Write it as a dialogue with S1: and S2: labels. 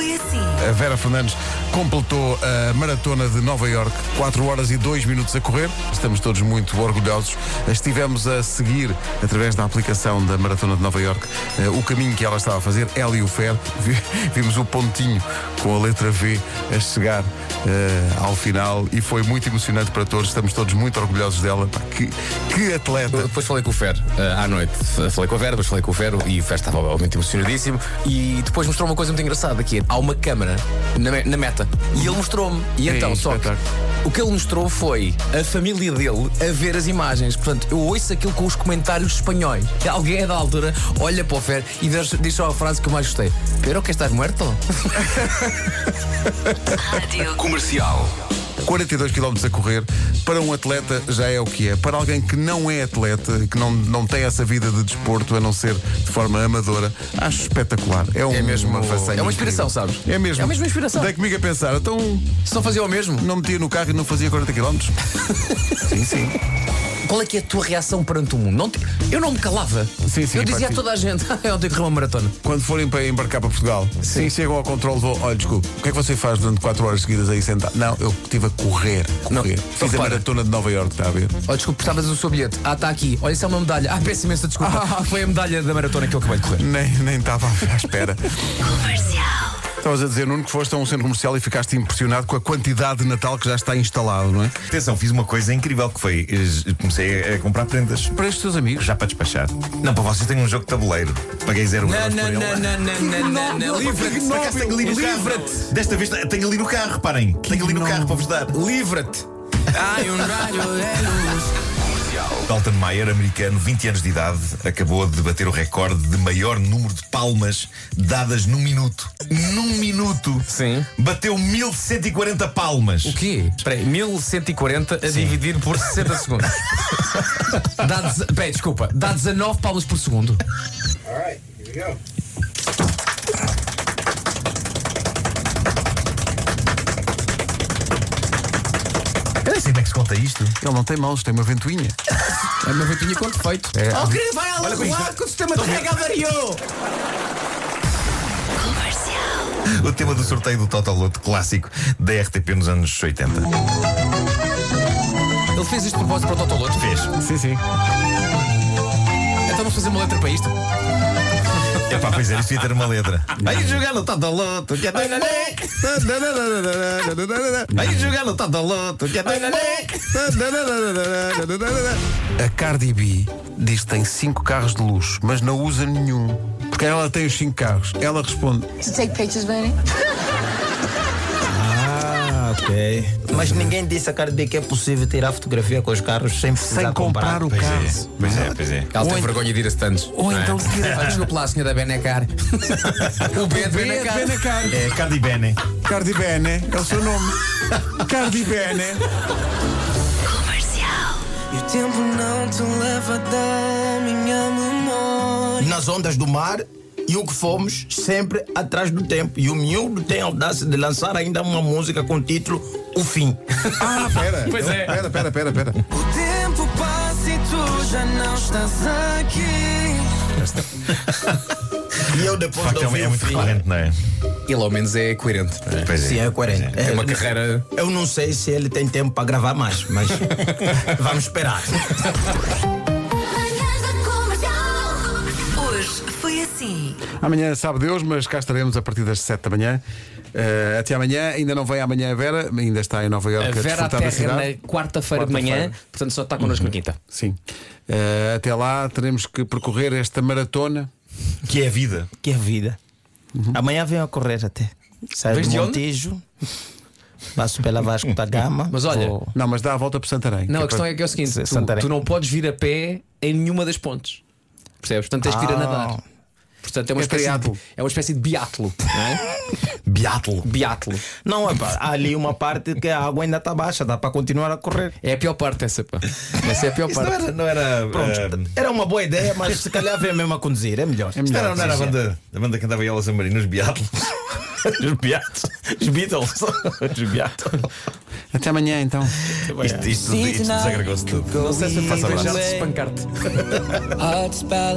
S1: assim.
S2: a Vera Fernandes completou a maratona de Nova York, 4 horas e 2 minutos a correr. Estamos todos muito orgulhosos. Estivemos a seguir, através da aplicação da Maratona de Nova York, eh, o caminho que ela estava a fazer, ela e o Fer. Vimos o pontinho com a letra V a chegar eh, ao final e foi muito emocionante para todos. Estamos todos muito orgulhosos dela. Pá, que, que atleta!
S3: Eu Depois falei com o Fer eh, à noite. F- Falei com a Vera, depois falei com o Fer e o Fer estava obviamente emocionadíssimo. E depois mostrou uma coisa muito engraçada: que é, há uma câmara na, me- na meta. E ele mostrou-me. E então, só que
S2: espetáculo.
S3: o que ele mostrou foi a família dele a ver as imagens. Portanto, eu ouço aquilo com os comentários espanhóis. Que alguém é da altura olha para o Fer e diz, diz só a frase que eu mais gostei: Pero que estás muerto?
S1: Rádio.
S4: Comercial.
S2: 42 km a correr, para um atleta já é o que é. Para alguém que não é atleta, que não, não tem essa vida de desporto, a não ser de forma amadora, acho espetacular. É, um-
S3: É mesmo-
S2: uma façanha.
S3: é uma inspiração,
S2: incrível.
S3: sabes?
S2: É mesmo.
S3: É mesmo uma inspiração.
S2: Dei comigo a pensar, então
S3: Só fazia o mesmo.
S2: não metia no carro e não fazia 40 km? sim, sim.
S3: Qual é que é a tua reação perante o mundo? Não te- Eu não me calava.
S2: Sim, sim,
S3: eu
S2: pá,
S3: dizia
S2: sim.
S3: a toda a gente: "Ah, ontem corri uma maratona.
S2: Quando forem para embarcar para Portugal, sim, chegam ao controle do. Olha, desculpe, o que é que você faz durante 4 horas seguidas aí sentado? Não, eu estive a correr.
S3: Não,
S2: correr. Fiz a
S3: repara.
S2: maratona de Nova York, está a ver?
S3: Olha, desculpa, precisavas do seu bilhete. Ah, está aqui. Olha, isso é uma medalha. Ah, peço imensa desculpa. Foi a medalha da maratona que eu acabei de correr.
S2: Nem nem estava à espera.
S1: Comercial.
S2: Estavas a dizer, Nuno, que foste a um centro comercial e ficaste impressionado com a quantidade de Natal que já está instalado, não é?
S5: Atenção, fiz uma coisa incrível que foi. eh, Comecei a comprar prendas.
S2: Para estes teus amigos.
S5: Já para despachar. Não, para vocês tem um jogo de tabuleiro. Paguei zero euros por ele.
S3: não, não. Livra-te,
S5: Por acaso tenho ali no carro.
S3: livra-te,
S5: Desta vez tenho ali no carro, reparem. Tenho ali no carro para vos dar.
S3: livra-te. Ai, um raio é luz.
S5: Dalton Mayer, americano, 20 anos de idade, acabou de bater o recorde de maior número de palmas dadas num minuto. Num minuto!
S3: Sim.
S5: Bateu 1140 palmas.
S3: O quê? Espera aí, 1140 a dividir por 60 segundos. Dá deze- Peraí, desculpa. Dá 19 palmas por segundo.
S5: Eu não sei como é que se conta isto.
S2: Ele não tem mãos, tem uma ventoinha.
S3: É uma ventinha com defeito. Oh, querido, vai à
S5: Olha com
S3: lua
S5: isto.
S3: que o sistema de carga variou.
S1: Comercial.
S5: O tema do sorteio do Total Loto clássico da RTP nos anos 80.
S3: Ele fez isto de propósito para o Totoloto?
S5: Fez.
S2: Sim, sim.
S3: Então vamos fazer uma letra para isto.
S5: Epá, pois é, isto ia ter uma letra. Aí jogar no Total Loto. que é dois mil. Aí jogar no Total Loto. que é dois mil.
S2: A Cardi B diz que tem 5 carros de luxo, mas não usa nenhum. Porque ela tem os 5 carros. Ela responde:
S6: to take pictures, Benny?
S7: Mas ninguém disse a cara de que é possível tirar fotografia com os carros sem precisar
S2: sem comprar o carro.
S5: Pois é, pois é.
S3: Ela tem vergonha de ir a stands.
S2: Ou então se tira.
S3: Olha, Ah, desculpa lá, a senhora da Benecar. o B é de
S2: É
S3: Benecar.
S2: Bene Car-
S5: É Cardi Bene.
S2: Cardi Bene, é o seu nome. Cardi né? Bene.
S1: Comercial.
S8: E o tempo não te leva da minha memória.
S7: Nas ondas do mar e o que fomos, sempre atrás do tempo. E o miúdo tem a audácia de lançar ainda uma música com o título O Fim.
S2: Ah, pera.
S3: Pois é.
S2: Pera, pera, pera, pera.
S8: O tempo passa e tu já não estás aqui.
S7: E eu depois
S5: Facto,
S7: de
S5: é um-
S7: ouvir
S5: é
S7: o
S5: muito
S7: fim.
S5: recorrente, não é?
S3: Ele ao menos é coerente. não é?
S5: Pois
S7: Sim, é
S5: pois
S7: coerente.
S3: É uma
S7: Eu-
S3: carreira.
S7: Eu não sei se ele tem tempo para gravar mais, mas vamos esperar.
S1: Manhãs da Comercial. Hoje foi assim.
S2: Amanhã sabe Deus, mas cá estaremos a partir das 7 da manhã. Eh, até amanhã, ainda não vem amanhã a Vera, ainda está em Nova Iorque a, desfrutar da cidade.
S3: quarta-feira
S2: de manhã, Quarta-feira.
S3: portanto só está connosco na quinta.
S2: Sim. Eh, até lá teremos que percorrer esta maratona.
S5: Que é a vida.
S7: Que vida. Amanhã venho a correr até. Saio
S3: Uhum. Vens
S7: do
S3: de onde?
S7: Montijo, passo pela Vasco da Gama.
S3: Mas olha,
S7: vou-
S2: Não, mas dá a volta para Santarém.
S3: Não, a questão
S2: para-
S3: é que é o seguinte:
S7: Sim,
S3: tu,
S7: Santarém.
S3: tu não podes vir a pé em nenhuma das pontes. Percebes? Portanto, tens que ir a
S7: Ah.
S3: nadar. Portanto, é uma,
S2: É
S3: espécie
S2: triatlo.
S3: de, é uma espécie de biatlo. Não é?
S7: Biatlo.
S3: biatlo.
S7: Não, é pá, há ali uma parte que a água ainda está baixa, dá para continuar a correr.
S3: É a pior parte essa, pá. Essa é a pior
S5: Isso não
S3: parte.
S5: era. Não era
S7: Pronto,
S3: É
S5: ah,
S7: era uma boa ideia, mas se calhar vem mesmo a conduzir, é melhor.
S5: Isto era, não era a banda, a banda que andava em Elas a Marina, os Beatles.
S7: Os Beatles, os Beatles, os Beatles.
S2: Até amanhã então.
S5: Isto, isto, isto desagregou-se tudo.
S3: Não sei se eu faço
S5: Faça lá.
S3: deixar de espancar-te.
S8: Hearts balance.